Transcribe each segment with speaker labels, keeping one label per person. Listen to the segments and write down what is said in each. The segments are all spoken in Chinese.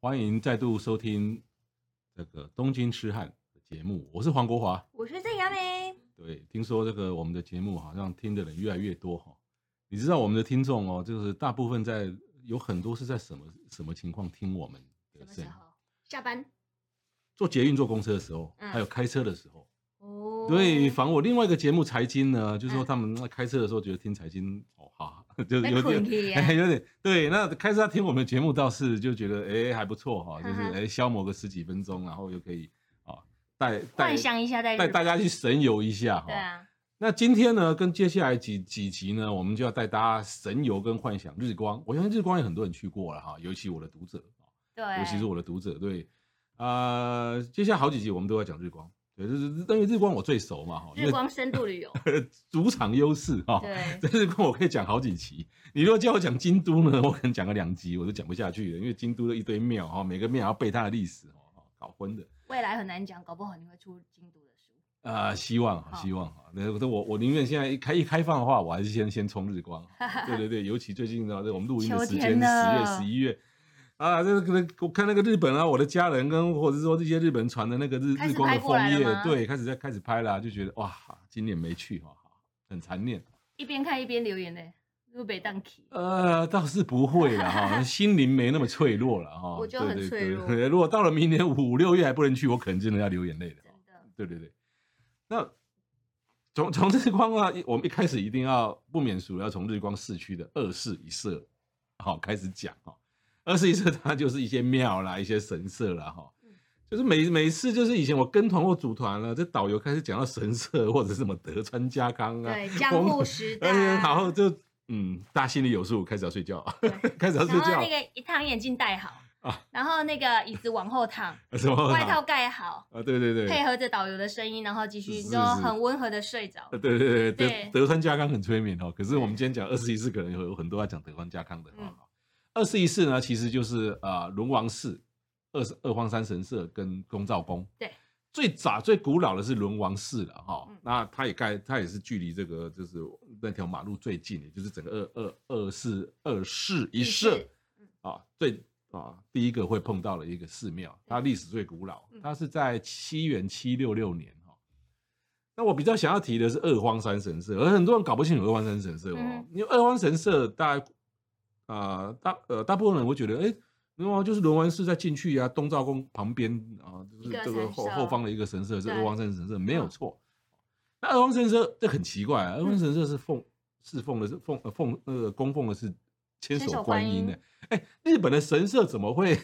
Speaker 1: 欢迎再度收听这个东京痴汉的节目，我是黄国华。
Speaker 2: 我是郑雅梅，
Speaker 1: 对，听说这个我们的节目好像听的人越来越多哈。你知道我们的听众哦，就是大部分在有很多是在什么什么情况听我们
Speaker 2: 什
Speaker 1: 的
Speaker 2: 么
Speaker 1: 声
Speaker 2: 时
Speaker 1: 音？
Speaker 2: 候？下班
Speaker 1: 坐捷运、坐公车的时候，
Speaker 2: 嗯
Speaker 1: 还有开车的时候。
Speaker 2: 哦。
Speaker 1: 对，反正我另外一个节目《财经》呢，就是说
Speaker 2: 嗯
Speaker 1: 他们在开车的时候觉得听财经哦，哈， 就是
Speaker 2: 被
Speaker 1: 有
Speaker 2: 困
Speaker 1: 点。
Speaker 2: 去啊
Speaker 1: 哎，有点对。那开始他听我们的节目倒是就觉得，哎，还不错哈、就是
Speaker 2: 嗯哼
Speaker 1: 哎消磨个十几分钟，然后又可以啊带 带
Speaker 2: 幻想一下在日
Speaker 1: 带
Speaker 2: 本
Speaker 1: 大家去神游一下哈、
Speaker 2: 对啊，
Speaker 1: 那今天呢，跟接下来几几集呢，我们就要带大家神游跟幻想日光。我相信日光有很多人去过了哈，尤其我的读者哦
Speaker 2: 对，
Speaker 1: 尤其是我的读者，对，呃，接下来好几集我们都要讲日光，对，就是因为日光我最熟嘛哈，因
Speaker 2: 日
Speaker 1: 为
Speaker 2: 光深度旅 游，
Speaker 1: 主场优势哈。
Speaker 2: 对，
Speaker 1: 这日光我可以讲好几期，你如果叫我讲京都呢，我可能讲个两集我都讲不下去了，因为京都的一堆庙哈，每个庙还要背它的历史哦，搞昏的。
Speaker 2: 未来很难讲，搞不好你会出京都的书。
Speaker 1: 啊，希望
Speaker 2: 好
Speaker 1: 希望啊，那那我我宁愿现在一开一开放的话，我还是先先冲日光。 对对对，尤其最近呢，这我们录音的时
Speaker 2: 秋
Speaker 1: 间
Speaker 2: 天
Speaker 1: 十月
Speaker 2: 了
Speaker 1: 十一月。啊，这个可能我看那个日本啊，我的家人跟或者是说这些日本传的那个日
Speaker 2: 开
Speaker 1: 日
Speaker 2: 始
Speaker 1: 光的
Speaker 2: 拍过来
Speaker 1: 枫
Speaker 2: 了
Speaker 1: 叶，
Speaker 2: 吗
Speaker 1: 对，开始在开始拍啦、就觉得哇，今年没去哈、很残念。
Speaker 2: 一边看一边留言嘞，路北荡起。
Speaker 1: 呃，倒是不会了哈、 心灵没那么脆弱了哈、
Speaker 2: 我就很
Speaker 1: 对对
Speaker 2: 脆弱
Speaker 1: 对如果到了明年五六月还不能去，我可能真的要流眼泪了。
Speaker 2: 真的，
Speaker 1: 对对对，那从从日光啊，一我们一开始一定要不免俗，要从日光市区的二市一社好开始讲哈。二市一社它就是一些庙啦，一些神社啦哈
Speaker 2: 嗯，
Speaker 1: 就是每每次就是以前我跟团或组团了，这导游开始讲到神社或者是什么德川家康啊，
Speaker 2: 对，江 户时代
Speaker 1: 而且
Speaker 2: 啊，
Speaker 1: 然后哎就嗯，大家心里有数，开始要睡觉，
Speaker 2: 对
Speaker 1: 开始要
Speaker 2: 然
Speaker 1: 睡
Speaker 2: 后那
Speaker 1: 觉，
Speaker 2: 个一趟眼镜戴好
Speaker 1: 啊，
Speaker 2: 然后那个椅子往后 躺，
Speaker 1: 什么
Speaker 2: 外套盖好，
Speaker 1: 啊，对对对，
Speaker 2: 配合着导游的声音，然后继续
Speaker 1: 是
Speaker 2: 就是很温和的睡着
Speaker 1: 呃。对对对，
Speaker 2: 对
Speaker 1: 德德川家康很催眠哦。可是我们今天讲二十一世，可能有有很多要讲德川家康的
Speaker 2: 嗯
Speaker 1: 哈。二十一世呢，其实就是呃轮王寺、二十二荒山神社跟宫照宫。
Speaker 2: 对，
Speaker 1: 最早最古老的是轮王寺了哈
Speaker 2: 嗯。
Speaker 1: 那它也盖，它也是距离这个就是呃那条马路最近，也就是整个二二二世二世一社
Speaker 2: 是
Speaker 1: 啊最。啊，第一个会碰到了一个寺庙，它历史最古老
Speaker 2: 嗯，
Speaker 1: 它是在西元七六六年哦哈，那我比较想要提的是二荒山神社，而很多人搞不清楚二荒山神社哦，
Speaker 2: 嗯
Speaker 1: 因为二荒神社大概呃大呃大部分人会觉得，哎、轮王就是轮王寺在进去啊，东照宫旁边啊、就
Speaker 2: 一
Speaker 1: 是
Speaker 2: 个
Speaker 1: 这个
Speaker 2: 神
Speaker 1: 后
Speaker 2: 社
Speaker 1: 后方的一个神社是
Speaker 2: 对嗯
Speaker 1: 二荒山神社，没有错。那二荒神社这很奇怪、啊，二荒神社是奉侍奉的是奉呃奉那个供奉的是千
Speaker 2: 千
Speaker 1: 手
Speaker 2: 手
Speaker 1: 观
Speaker 2: 观
Speaker 1: 音
Speaker 2: 音
Speaker 1: 的、哎、日本的神社怎么会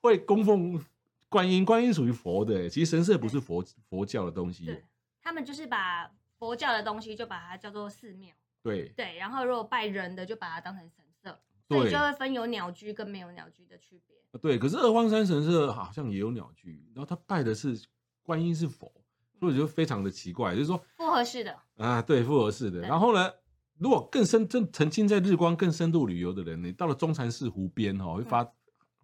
Speaker 1: 会供奉观音？观音属于佛的、欸其实神社不是佛佛教的东西耶、
Speaker 2: 对他们就是把佛教的东西就把它叫做寺庙，
Speaker 1: 对
Speaker 2: 对，然后如果拜人的就把它当成神社，所
Speaker 1: 哦对
Speaker 2: 以就会分有鸟居跟没有鸟居的区别。
Speaker 1: 对，可是二荒山神社好像也有鸟居，然后他拜的是观音是佛，所以就非常的奇怪，就是说
Speaker 2: 复合式的，
Speaker 1: 啊，对，复合式的。
Speaker 2: 对
Speaker 1: 然后呢，如果更深、正曾经在日光更深度旅游的人，你到了中禅寺湖边哈、哦，会发、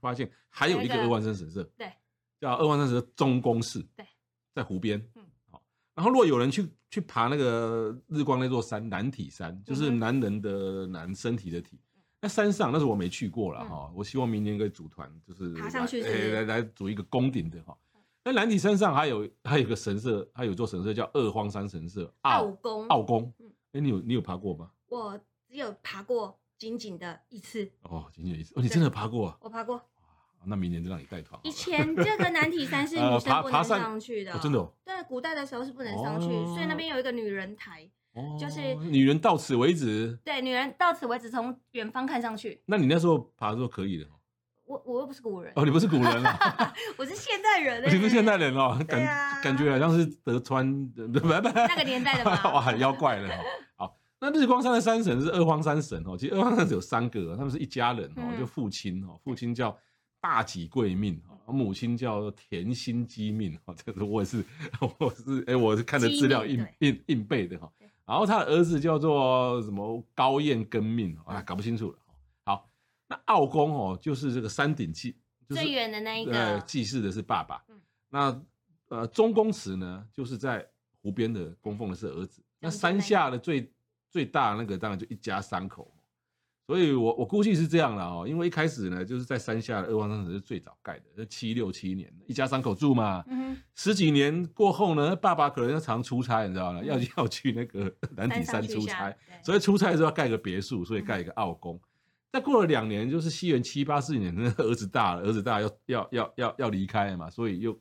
Speaker 1: 发现还有一个
Speaker 2: 那个
Speaker 1: 二荒山神社，
Speaker 2: 对，
Speaker 1: 叫二荒山神社中宫寺，
Speaker 2: 对，
Speaker 1: 在湖边，嗯
Speaker 2: 嗯，
Speaker 1: 好。然后，如果有人去去爬那个日光那座山南体山，就是
Speaker 2: 嗯哼嗯
Speaker 1: 男人的男身体的体，那山上那是我没去过了哈、我希望明年可以组团，就是
Speaker 2: 爬上去
Speaker 1: 来
Speaker 2: 是不是嗯
Speaker 1: 哎来来组一个宫顶的哈、那南体山上还有还有一个神社，还有一座神社叫二荒山神社，
Speaker 2: 奥宫，
Speaker 1: 奥宫
Speaker 2: 嗯。
Speaker 1: 哎、你有你有爬过吗？
Speaker 2: 我只有爬过仅仅的一次，
Speaker 1: 哦，挺有意思。哦，你真的爬过啊？
Speaker 2: 我爬过
Speaker 1: 那明年就让你带团好了。
Speaker 2: 以前这个南体山是
Speaker 1: 呃
Speaker 2: 女
Speaker 1: 爬
Speaker 2: 生不
Speaker 1: 爬
Speaker 2: 能
Speaker 1: 山
Speaker 2: 上去的，
Speaker 1: 哦真的哦
Speaker 2: 对，古代的时候是不能上去，所以那边有一个女人台，
Speaker 1: 哦
Speaker 2: 就是
Speaker 1: 女人到此为止。
Speaker 2: 对，女人到此为止，从远方看上去，
Speaker 1: 那你那时候爬的时候可以的哦
Speaker 2: 我我又不是古人，
Speaker 1: 哦，你不是古人 啊，
Speaker 2: 我是现代人、欸，
Speaker 1: 你是现 代人哦，
Speaker 2: 对
Speaker 1: 感、
Speaker 2: 啊
Speaker 1: 感觉好像是德川，不不不，
Speaker 2: 那个年代的吧？
Speaker 1: 哇，妖怪了哦。好，那日光山的山神是二荒山神哦，其实二荒山神有三个，他们是一家人哦，
Speaker 2: 嗯
Speaker 1: 就父亲哦，父亲叫大己贵命哦，母亲叫田心机命哦， 这个我也是我是哎、我是看着资料
Speaker 2: 机
Speaker 1: 硬
Speaker 2: 命
Speaker 1: 硬硬背的哈、哦
Speaker 2: 对
Speaker 1: 然后他的儿子叫做什么高彦根命哦啊，搞不清楚了。好，那奥公哦，就是这个山顶祭，就是
Speaker 2: 最远的那一个，
Speaker 1: 呃，祭祀的是爸爸。
Speaker 2: 嗯
Speaker 1: 那呃，中宫祠呢，就是在湖边的供奉的是儿子。那
Speaker 2: 中间那
Speaker 1: 山
Speaker 2: 个
Speaker 1: 下的最最大那个，当然就一家三口。所以我我估计是这样了哦，因为一开始呢，就是在山下的二王商城是最早盖的，是七六七年，一家三口住嘛。
Speaker 2: 嗯
Speaker 1: 十几年过后呢，爸爸可能常出差，你知道吗？要要去那个 南
Speaker 2: 哼，
Speaker 1: 底山
Speaker 2: 嗯上去
Speaker 1: 出
Speaker 2: 一下
Speaker 1: 差，，
Speaker 2: 对
Speaker 1: 所以出差的时候要盖个别墅，所以盖一个奥宫。再过了两年，就是西元七八四年，那儿子大了，儿子大要要要要要离开了嘛，所以又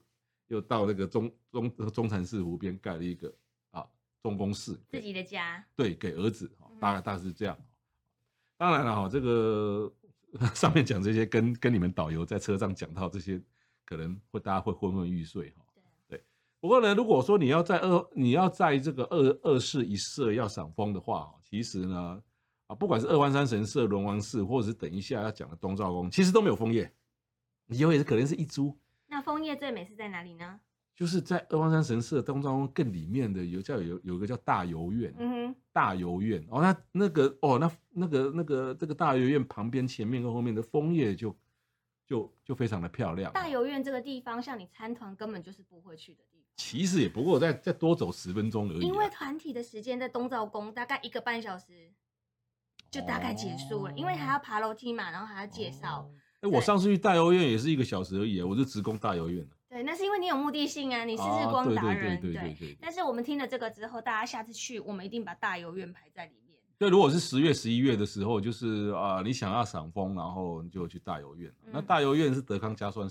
Speaker 1: 又到那个中中中禅寺湖边盖了一个啊中宫室，
Speaker 2: 自己的家，
Speaker 1: 对，给儿子，哦
Speaker 2: 嗯
Speaker 1: 大概大概是这样。当然了哈，这个 上面讲这些跟跟你们导游在车上讲到这些，可能会大家会昏昏欲睡哈。对，不过呢，如果说你要在二你要在这个二二市一社要赏枫的话，哦其实呢啊，不管是二湾山神社、龙王寺，或者是等一下要讲的东照宫，其实都没有枫叶，有也是可能是一株。
Speaker 2: 那枫叶最美是在哪里呢？
Speaker 1: 就是在二湾山神社东照宫更里面的有叫有有一个叫大游院，
Speaker 2: 嗯哼，
Speaker 1: 大游院哦，那那个哦，那那个那个这个大游院旁边前面跟后面的枫叶就就就非常的漂亮。啊
Speaker 2: 大游院这个地方，像你参团根本就是不会去的地方。
Speaker 1: 其实也不过再再多走十分钟而已啊、
Speaker 2: 因为团体的时间在东照宫大概一个半小时，就大概结束了，因为还要爬楼梯嘛，然后还要介绍。
Speaker 1: 哦哎、我
Speaker 2: 对
Speaker 1: 上次去大游院也是一个小时而已啊，我就职工大游院了。
Speaker 2: 对，那是因为你有目的性啊，你
Speaker 1: 你
Speaker 2: 是日光达人，
Speaker 1: 哦对对对对对对。
Speaker 2: 但是我们听了这个之后，大家下次去，我们一定把大游院排在里面。
Speaker 1: 对，如果是十月、十一月的时候，就是啊、你想要赏枫，然后你就去大游院。那
Speaker 2: 嗯
Speaker 1: 大游院是德康家算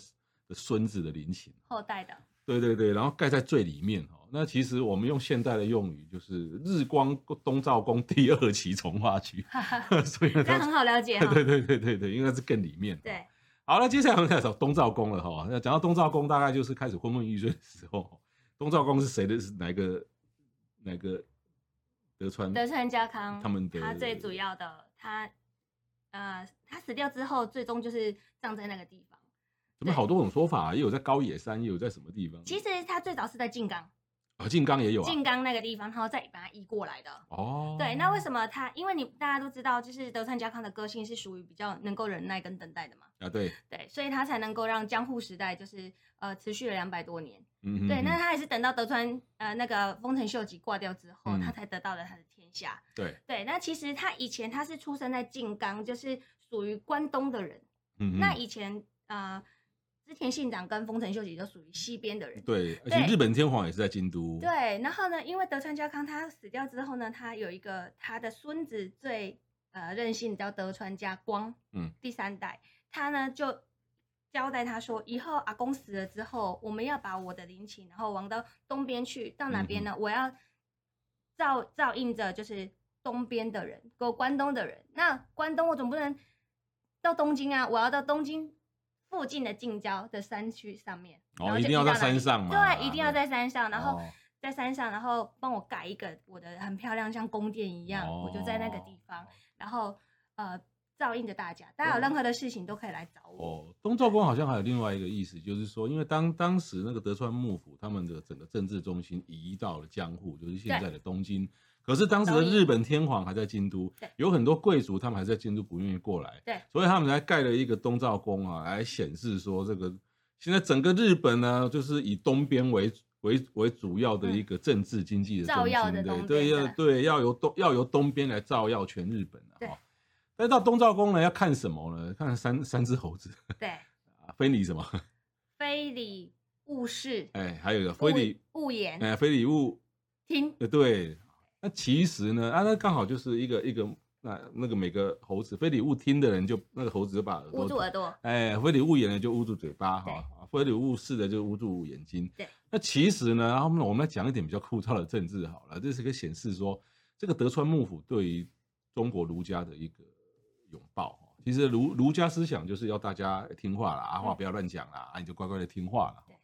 Speaker 1: 的孙子的陵寝。
Speaker 2: 后 代的，
Speaker 1: 对对对，然后盖在最里面哦。那其实我们用现代的用语就是日光东照宫第二期从化 区，
Speaker 2: 哈哈，
Speaker 1: 所以那
Speaker 2: 这样很好了解哈、
Speaker 1: 对对对对对，应该是更里面。，
Speaker 2: 对，
Speaker 1: 好那接下来我们要讲东照宫了哈、那讲到东照宫，大概就是开始昏昏欲睡的时候。东照宫是谁的？是哪一个？哪一个？德川
Speaker 2: 德川家康，
Speaker 1: 他们的
Speaker 2: 他最主要的，他呃，他死掉之后，最终就是葬在那个地方。
Speaker 1: 怎么好多种说法、啊？也有在高野山，也有在什么地方？
Speaker 2: 其实他最早是在静冈，
Speaker 1: 啊，静冈也有啊。
Speaker 2: 静冈那个地方，然后再把它移过来的。
Speaker 1: 哦，
Speaker 2: 对，那为什么他？因为你大家都知道，就是德川家康的个性是属于比较能够忍耐跟等待的嘛，
Speaker 1: 啊？对，
Speaker 2: 对，所以他才能够让江户时代就是呃持续了两百多年。
Speaker 1: 嗯哼
Speaker 2: 对，那
Speaker 1: 哼
Speaker 2: 他也是等到德川呃那个丰臣秀吉挂掉之后，
Speaker 1: 嗯
Speaker 2: 他才得到了他的天下。
Speaker 1: 对，
Speaker 2: 对，那其实他以前他是出生在静冈，就是属于关东的人。
Speaker 1: 嗯哼
Speaker 2: 那以前呃织田信长跟丰臣秀吉都属于西边的人。
Speaker 1: 对，而且
Speaker 2: 对
Speaker 1: 日本天皇也是在京都。
Speaker 2: 对，然后呢，因为德川家康他死掉之后呢，他有一个他的孙子最呃任性叫德川家光，
Speaker 1: 嗯，
Speaker 2: 第三代，他呢就交代他说，以后阿公死了之后，我们要把我的陵寝，然后往到东边去，到哪边呢？我要照照应着就是东边的人，给我关东的人。那关东我总不能到东京啊，我要到东京。附近的近郊的山区上面，然
Speaker 1: 哦，
Speaker 2: 后
Speaker 1: 一
Speaker 2: 就
Speaker 1: 定要
Speaker 2: 移到
Speaker 1: 在
Speaker 2: 哪
Speaker 1: 山
Speaker 2: 里
Speaker 1: 上嘛，
Speaker 2: 对，一定要在山上，然后
Speaker 1: 哦
Speaker 2: 在山上，然后帮我改一个我的很漂亮，像宫殿一样，我就在那个地
Speaker 1: 哦
Speaker 2: 方，然后呃照应着大家，大家有任何的事情都可以来找我。
Speaker 1: 哦，东照宫好像还有另外一个意思，就是说，因为当当时那个德川幕府他们的整个政治中心移到了江户，就是现在的东京。可是当时的
Speaker 2: 东京
Speaker 1: 日本天皇还在京都
Speaker 2: 对，
Speaker 1: 有很多贵族他们还在京都不愿意过来，
Speaker 2: 对，
Speaker 1: 所以他们才盖了一个东照宫啊，来显示说这个现在整个日本呢，就是以东边为为为主要的一个政治经济的中
Speaker 2: 嗯照耀
Speaker 1: 心，
Speaker 2: 的
Speaker 1: 对
Speaker 2: 东
Speaker 1: 对，
Speaker 2: 边
Speaker 1: 要
Speaker 2: 的
Speaker 1: 对要由东要由东边来照耀全日本啊。
Speaker 2: 对
Speaker 1: 哦但是到东照宫呢，要看什么呢？看三三只猴子，
Speaker 2: 对，
Speaker 1: 啊非礼什么？
Speaker 2: 非礼勿视，
Speaker 1: 哎，还有一个
Speaker 2: 勿
Speaker 1: 非礼，
Speaker 2: 勿言，
Speaker 1: 哎，非礼勿，
Speaker 2: 听
Speaker 1: 呃，对。那其实呢，啊，那刚好就是一个一个那那个每个猴子非礼勿听的人就，那个猴子就把耳朵
Speaker 2: 捂住耳朵。
Speaker 1: 哎，非礼勿眼的就捂住嘴巴哈，啊非礼勿视的就捂住眼睛。
Speaker 2: 对，
Speaker 1: 那其实呢，我们我们来讲一点比较枯燥的政治好了，这是个显示说，这个德川幕府对于中国儒家的一个拥抱哦。其实儒儒家思想就是要大家听话啦，啊话
Speaker 2: 嗯
Speaker 1: 不要乱讲啦，啊你就乖乖的听话啦
Speaker 2: 对。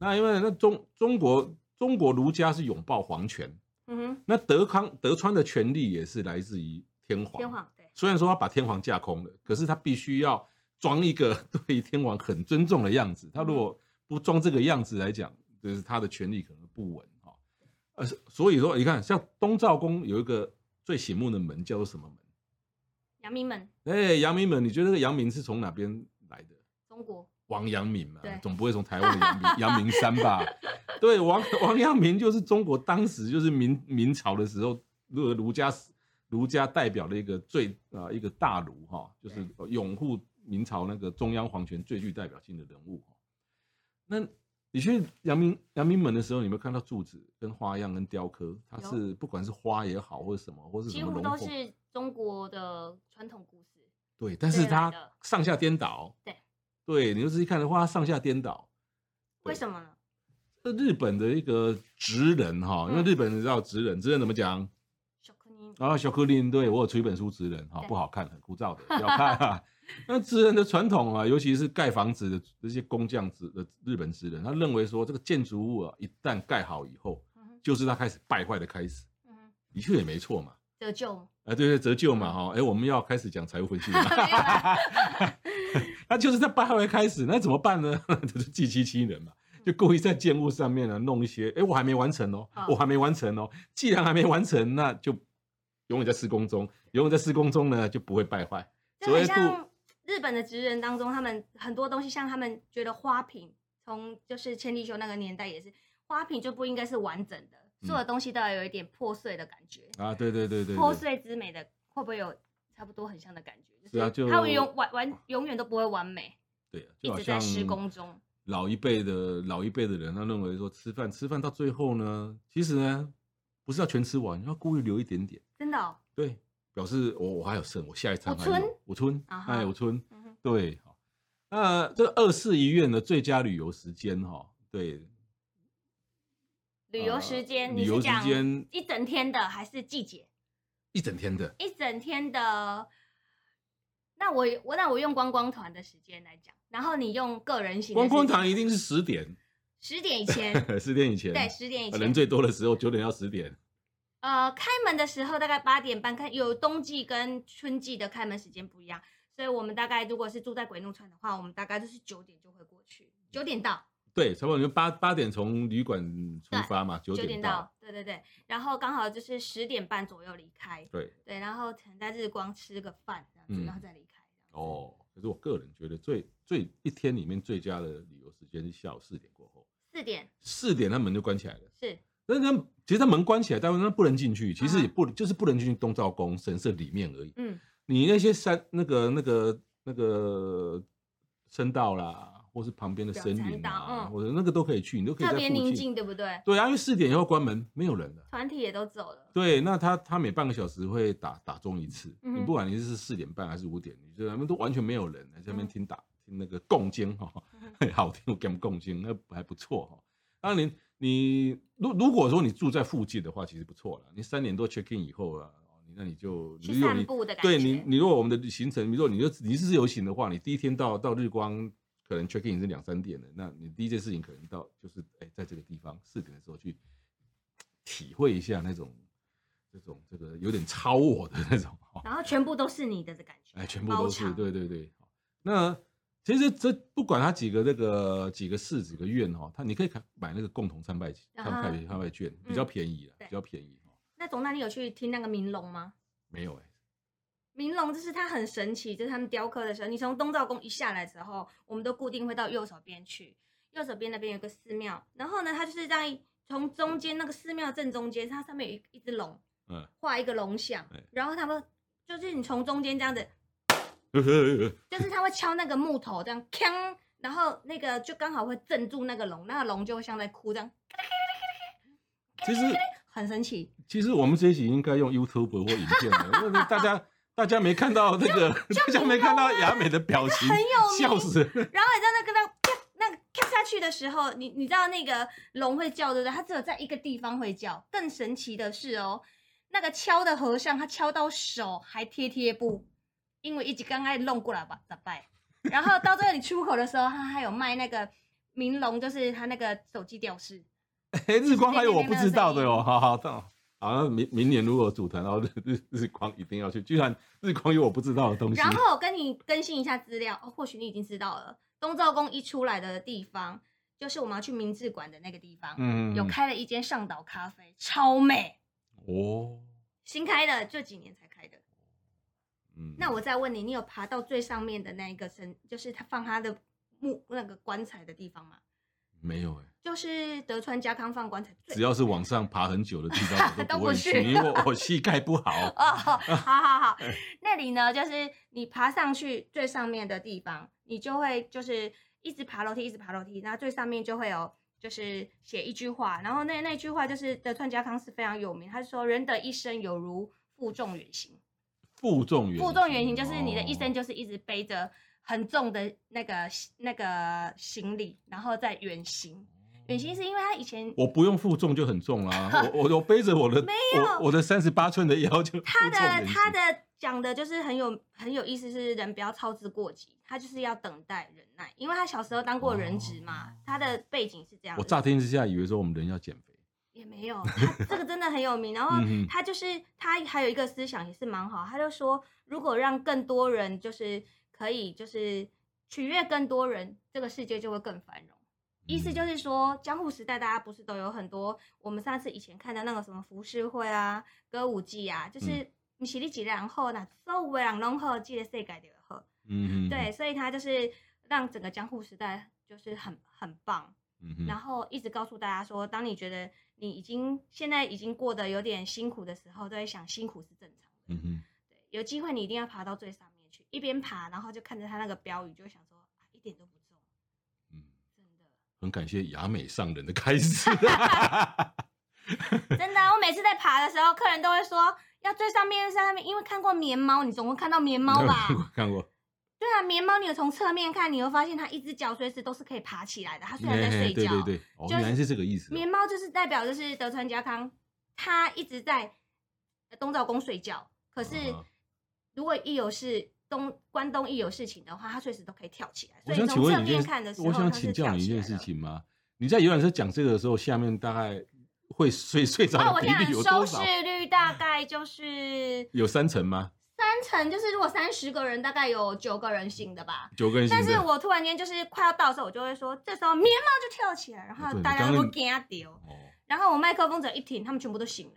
Speaker 1: 那因为那中中国中国儒家是拥抱皇权，
Speaker 2: 嗯
Speaker 1: 那德康德川的权力也是来自于天
Speaker 2: 哼，
Speaker 1: 皇。
Speaker 2: 天皇对，
Speaker 1: 虽然说他把天皇架空了，可是他必须要装一个 对天皇很尊重的样子。他如果不装这个样子来讲，就是他的权力可能不稳哈。呃，所以说你看，像东照宫有一个最醒目的门叫做什么门？
Speaker 2: 阳明门，
Speaker 1: 哎，阳明门。你觉得这个阳明是从哪边来的？
Speaker 2: 中国
Speaker 1: 王阳明嘛
Speaker 2: 对，
Speaker 1: 总不会从台湾的阳明 阳明山吧？对，王王阳明就是中国当时就是明明朝的时候，如果儒家思儒家代表的一个最啊、一个大儒哈、就是拥护明朝那个中央皇权最具代表性的人物。那你去阳明阳明门的时候，你有没有看到柱子跟花样跟雕刻？它
Speaker 2: 有
Speaker 1: 是不管是花也好，或者什么，或是什
Speaker 2: 几
Speaker 1: 么
Speaker 2: 乎
Speaker 1: 龙
Speaker 2: 都
Speaker 1: 凤，
Speaker 2: 是中国的传统故事。
Speaker 1: 对，但
Speaker 2: 对
Speaker 1: 是
Speaker 2: 来
Speaker 1: 它
Speaker 2: 的
Speaker 1: 上下颠倒。
Speaker 2: 对，
Speaker 1: 对，你就仔细看的话，它上下颠倒。
Speaker 2: 为
Speaker 1: 对
Speaker 2: 什么呢？
Speaker 1: 这日本的一个职人哈，因为
Speaker 2: 嗯
Speaker 1: 日本人知道职人，职人怎么讲？
Speaker 2: 小克尼
Speaker 1: 啊，小克林，对我有出一本书《职人》哈，
Speaker 2: 对
Speaker 1: 不好看，很枯燥 的，要看、啊。那职人的传统啊，尤其是盖房子的这些工匠职的日本职人，他认为说这个建筑物啊，一旦盖好以后，
Speaker 2: 嗯哼
Speaker 1: 就是他开始败坏的开始，
Speaker 2: 嗯哼，
Speaker 1: 的确也没错嘛。
Speaker 2: 得救。
Speaker 1: 啊，对对，折旧嘛，哈、哎，我们要开始讲财务分析了
Speaker 2: 没有啦。
Speaker 1: 他就是在败坏开始，那怎么办呢？就是自欺欺人嘛，就故意在建物上面呢弄一些，哎，我还没完成哦
Speaker 2: 啊，
Speaker 1: 我还没完成哦。既然还没完成，那就永远在施工中，永远在施工中呢就不会败坏。
Speaker 2: 就很
Speaker 1: 所谓
Speaker 2: 像日本的职人当中，他们很多东西，像他们觉得花瓶，从就是千利休那个年代也是，花瓶就不应该是完整的，所有东西都要有一点破碎的感觉，
Speaker 1: 啊，嗯对对对对
Speaker 2: 破
Speaker 1: 对，
Speaker 2: 碎之美的会不会有差不多很像的感觉？
Speaker 1: 是啊就是
Speaker 2: 它会永完完永远都不会完美，
Speaker 1: 对，
Speaker 2: 一
Speaker 1: 就好
Speaker 2: 直在
Speaker 1: 像
Speaker 2: 施工中。
Speaker 1: 老一辈的老一辈的人，他认为说吃饭吃饭到最后呢，其实呢不是要全吃完，要故意留一点点，
Speaker 2: 真的、哦，
Speaker 1: 对，表示我我还有剩，我下一餐
Speaker 2: 我
Speaker 1: 还有
Speaker 2: 存，
Speaker 1: 我吞，
Speaker 2: 啊哈
Speaker 1: 哎，我吞。
Speaker 2: 嗯哼
Speaker 1: 对，好，那这个二四一院的最佳旅游时间哈，对，
Speaker 2: 旅游
Speaker 1: 呃
Speaker 2: 时间，
Speaker 1: 旅
Speaker 2: 你
Speaker 1: 游
Speaker 2: 是
Speaker 1: 时
Speaker 2: 讲
Speaker 1: 间
Speaker 2: 一整天的还是季节？
Speaker 1: 一整天的，
Speaker 2: 一整天的，那我我那我用观光团的时间来讲，然后你用个人行的
Speaker 1: 观
Speaker 2: 时间
Speaker 1: 光堂一定是十点，
Speaker 2: 十点以 前，
Speaker 1: 十点以前，
Speaker 2: 对，十点以
Speaker 1: 呃人
Speaker 2: 前，
Speaker 1: 最多的时候九点到十点，
Speaker 2: 呃，开门的时候大概八点半开，有冬季跟春季的开门时间不一样，所以我们大概如果是住在鬼怒川的话，我们大概就是九点就会过去，九点到，
Speaker 1: 对，差不多就八八点从旅馆出发嘛，九
Speaker 2: 九
Speaker 1: 点
Speaker 2: 点，对对对，然后刚好就是十点半左右离开，
Speaker 1: 对，
Speaker 2: 对，然后可能在日光吃个饭这样
Speaker 1: 嗯
Speaker 2: 子，然后再离开。这样子，
Speaker 1: 哦，可是我个人觉得最最一天里面最佳的旅游时间是下午四点过后，
Speaker 2: 四点
Speaker 1: 四点他门就关起来了。
Speaker 2: 是
Speaker 1: 那那其实他门关起来，但是他不能进去，其实
Speaker 2: 啊
Speaker 1: 也不、就是不能进去东照宫神社里面而已。
Speaker 2: 嗯，
Speaker 1: 你那些山那个那个那个声道啦，或是旁边的森
Speaker 2: 表参
Speaker 1: 林
Speaker 2: 道
Speaker 1: 啊，
Speaker 2: 嗯
Speaker 1: 或者那个都可以去，你都可以
Speaker 2: 特
Speaker 1: 在
Speaker 2: 别
Speaker 1: 附
Speaker 2: 宁
Speaker 1: 近。
Speaker 2: 静，对不对？
Speaker 1: 对啊，因为四点以后关门，没有人了。
Speaker 2: 团体也都走了，
Speaker 1: 对，那他他每半个小时会打打钟一次，
Speaker 2: 嗯哼
Speaker 1: 你不管你是四点半还是五点，你就在那边都完全没有人，在那边
Speaker 2: 嗯
Speaker 1: 听打、听那个共经哈，
Speaker 2: 嗯哼
Speaker 1: 很 好听，我给他们共经，那还不错哈。当然你你如如果说你住在附近的话，其实不错了。你三点多 check in 以后啊，你那你就你
Speaker 2: 去
Speaker 1: 有
Speaker 2: 散
Speaker 1: 你
Speaker 2: 步的感觉。
Speaker 1: 对你，你如果我们的行程，比如说你就你是自由行的话，你第一天到到日光，可能 check in 是两三点的，那你第一件事情可能到就是哎，在这个地方四点的时候去体会一下那种这种这个有点超我的那种，哦
Speaker 2: 然后全部都是你的的感觉，
Speaker 1: 哎，全部都是
Speaker 2: 包场
Speaker 1: 对对对。好那其实这不管它几个那个几个市几个院哈，它你可以看买那个共同参拜参
Speaker 2: 啊哈
Speaker 1: 拜参拜券，比较便宜啦，
Speaker 2: 对
Speaker 1: 比较便宜哈。
Speaker 2: 那总，那你有去听那个明龙吗？
Speaker 1: 没有哎，
Speaker 2: 明龙就是它很神奇，就是他们雕刻的时候，你从东照宫一下来之后，我们都固定会到右手边去，右手边那边有个寺庙，然后呢，它就是在从中间那个寺庙正中间，它上面有一一只龙，
Speaker 1: 嗯，
Speaker 2: 画一个龙像
Speaker 1: 哎，
Speaker 2: 然后他们就是你从中间这样子，就是他会敲那个木头这样锵，然后那个就刚好会镇住那个龙，那个龙就会像在哭这样，
Speaker 1: 其实。
Speaker 2: 很神奇。
Speaker 1: 其实我们这一集应该用 YouTube 或影片 的，因为大家大家没看到那个， 大家没看到雅美的表情，
Speaker 2: 很有
Speaker 1: 笑
Speaker 2: 名
Speaker 1: 死 人。
Speaker 2: 然后你知道那个那个啪那个跳下去的时候，你你知道那个龙会叫对不对？它只有在一个地方会叫。更神奇的是哦，那个敲的和尚他敲到手还贴贴布，因为一直刚爱弄过来吧，咋办？然后到这里出口的时候，他还有卖那个明龙，就是他那个手机吊饰。
Speaker 1: 哎，日光还有我不知道的哦，好好到。好，那明明年如果组团，然后日日日光一定要去，居然日光有我不知道的东西
Speaker 2: 然，后我跟你更新一下资料，哦，或许你已经知道了。东照宫一出来的地方，就是我们要去明治馆的那个地方，
Speaker 1: 嗯
Speaker 2: 有开了一间上岛咖啡，超美。
Speaker 1: 哦，
Speaker 2: 新开的，这几年才开的。
Speaker 1: 嗯，
Speaker 2: 那我再问你，你有爬到最上面的那一个神，就是他放他的木那个棺材的地方吗？
Speaker 1: 没有哎、
Speaker 2: 就是德川家康放棺材最
Speaker 1: 只要是往上爬很久的地方， 我
Speaker 2: 都
Speaker 1: 都不
Speaker 2: 不
Speaker 1: 会
Speaker 2: 去
Speaker 1: 去，因为我我膝盖不好。
Speaker 2: 哦，好好好，那里呢，就是你爬上去最上面的地方，你就会就是一直爬楼梯，一直爬楼梯，然后最上面就会有就是写一句话，然后那那句话就是德川家康是非常有名，他是说人的一生有如负重远行，
Speaker 1: 负重原
Speaker 2: 负重远行就是你的一
Speaker 1: 哦
Speaker 2: 生就是一直背着很重的那个那个行李，然后再远行。远行是因为他以前
Speaker 1: 我不用负重就很重啦、 我我我背着我的
Speaker 2: 没有
Speaker 1: 我我的三十八寸的腰就
Speaker 2: 他
Speaker 1: 负
Speaker 2: 的
Speaker 1: 重人
Speaker 2: 他
Speaker 1: 行
Speaker 2: 的讲的就是很有很有意思，是人不要操之过急，他就是要等待忍耐，因为他小时候当过人质嘛，他的背景是这样
Speaker 1: 哦我
Speaker 2: 的。
Speaker 1: 乍听之下以为说我们人要减肥，
Speaker 2: 也没有，他这个真的很有名。然后
Speaker 1: 嗯哼
Speaker 2: 他就是他还有一个思想也是蛮好，他就说如果让更多人就是可以就是取悦更多人，这个世界就会更繁荣。意思
Speaker 1: 嗯
Speaker 2: 就是说，江户时代大家不是都有很多我们上次以前看的那个什么浮世绘啊、歌舞伎啊，
Speaker 1: 嗯
Speaker 2: 就是你喜力几然后呢，所有的人拢好，记得世界就好。
Speaker 1: 嗯哼，
Speaker 2: 对，，所以他就是让整个江户时代就是很很棒。
Speaker 1: 嗯哼，
Speaker 2: 然后一直告诉大家说，当你觉得你已经现在已经过得有点辛苦的时候，都会想辛苦是正常的。
Speaker 1: 嗯哼，
Speaker 2: 对，有机会你一定要爬到最上面去，一边爬，然后就看着他那个标语，就会想说、啊、一点都不重，
Speaker 1: 嗯，
Speaker 2: 真的，
Speaker 1: 很感谢雅美上人的开始。
Speaker 2: 真的啊、 我每次在爬的时候，客人都会说要最上面，最上面，因为看过棉猫，你总会看到棉 猫 吧
Speaker 1: 看？过看过，
Speaker 2: 对啊，棉猫你有从侧面看，你会发现它一只脚随时都是可以爬起来的，它虽然在
Speaker 1: 哎
Speaker 2: 睡觉。
Speaker 1: 对对对，哦，
Speaker 2: 就是
Speaker 1: 原来是这个意思哦。
Speaker 2: 棉猫就是代表就是德川家康，他一直在呃东照宫睡觉，可是
Speaker 1: 嗯哼
Speaker 2: 如果一有事东关东一有事情的话，他随时都可以跳起来。
Speaker 1: 我
Speaker 2: 所以
Speaker 1: 想请
Speaker 2: 从侧
Speaker 1: 问你一
Speaker 2: 面
Speaker 1: 件
Speaker 2: 看的时，候，
Speaker 1: 我想
Speaker 2: 他是
Speaker 1: 请教
Speaker 2: 跳
Speaker 1: 你一
Speaker 2: 起
Speaker 1: 件
Speaker 2: 来
Speaker 1: 事
Speaker 2: 的。
Speaker 1: 情吗？你在游览车讲这个的时候，下面大概会 睡睡着
Speaker 2: 哦，我
Speaker 1: 的比
Speaker 2: 想
Speaker 1: 例有
Speaker 2: 收
Speaker 1: 多少？
Speaker 2: 视率大概就是
Speaker 1: 有三成吗？
Speaker 2: 三成，就是如果三十个人，大概有九个人醒的吧。
Speaker 1: 九个人行
Speaker 2: 但
Speaker 1: 的。
Speaker 2: 是我突然间就是快要到的时候，我就会说，这时候棉猫就跳起来，然后
Speaker 1: 对
Speaker 2: 大
Speaker 1: 你
Speaker 2: 家
Speaker 1: 刚
Speaker 2: 都
Speaker 1: 刚
Speaker 2: 惊掉。
Speaker 1: 哦，
Speaker 2: 然后我麦克风只要一停，他们全部都醒了。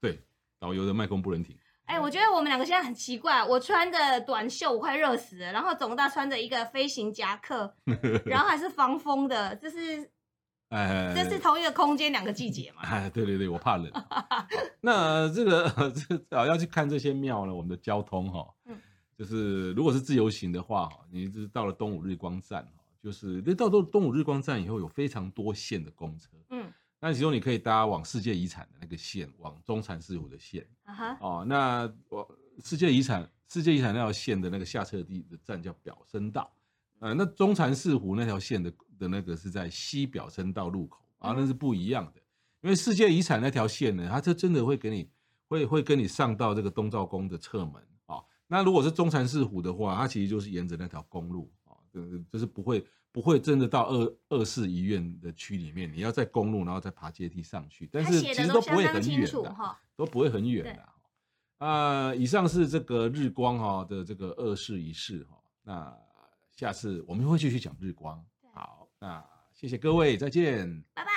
Speaker 1: 对，导游的麦克风不能停。
Speaker 2: 哎、我觉得我们两个现在很奇怪，我穿着短袖，我快热死了，然后总大穿着一个飞行夹 克，然后还是防风的，这是
Speaker 1: 哎，
Speaker 2: 这是同一个空间两个季节嘛？
Speaker 1: 哎，对对对，我怕冷。好 那这个这啊要去看这些庙呢，我们的交通哈、
Speaker 2: 嗯
Speaker 1: 就是如果是自由行的话哈，你就是到了东武日光站哈，就是那到东武日光站以后有非常多线的公车，
Speaker 2: 嗯，
Speaker 1: 那其中你可以搭往世界遗产的那个线，往中禅寺湖的线
Speaker 2: 啊哈，
Speaker 1: 哦。那我世界遗产世界遗产那条线的那个下车地的站叫表参道，呃，那中禅寺湖那条线的的那个是在西表参道路口啊，那是不一样的。因为世界遗产那条线呢，它就真的会给你会会跟你上到这个东照宫的侧门啊、哦。那如果是中禅寺湖的话，它其实就是沿着那条公路啊、哦，就是就是不会不会真的到二二世医院的区里面，你要在公路然后再爬阶梯上去，但
Speaker 2: 他
Speaker 1: 是
Speaker 2: 写
Speaker 1: 其
Speaker 2: 的
Speaker 1: 实都不
Speaker 2: 相
Speaker 1: 会
Speaker 2: 当
Speaker 1: 很
Speaker 2: 清
Speaker 1: 远
Speaker 2: 楚
Speaker 1: 的。
Speaker 2: 哈。
Speaker 1: 都不会很远
Speaker 2: 对
Speaker 1: 的。啊、以上是这个日光哈、的这个二世一世哈、那下次我们会继续讲日光
Speaker 2: 对。
Speaker 1: 好，那谢谢各位，再见。
Speaker 2: 拜拜。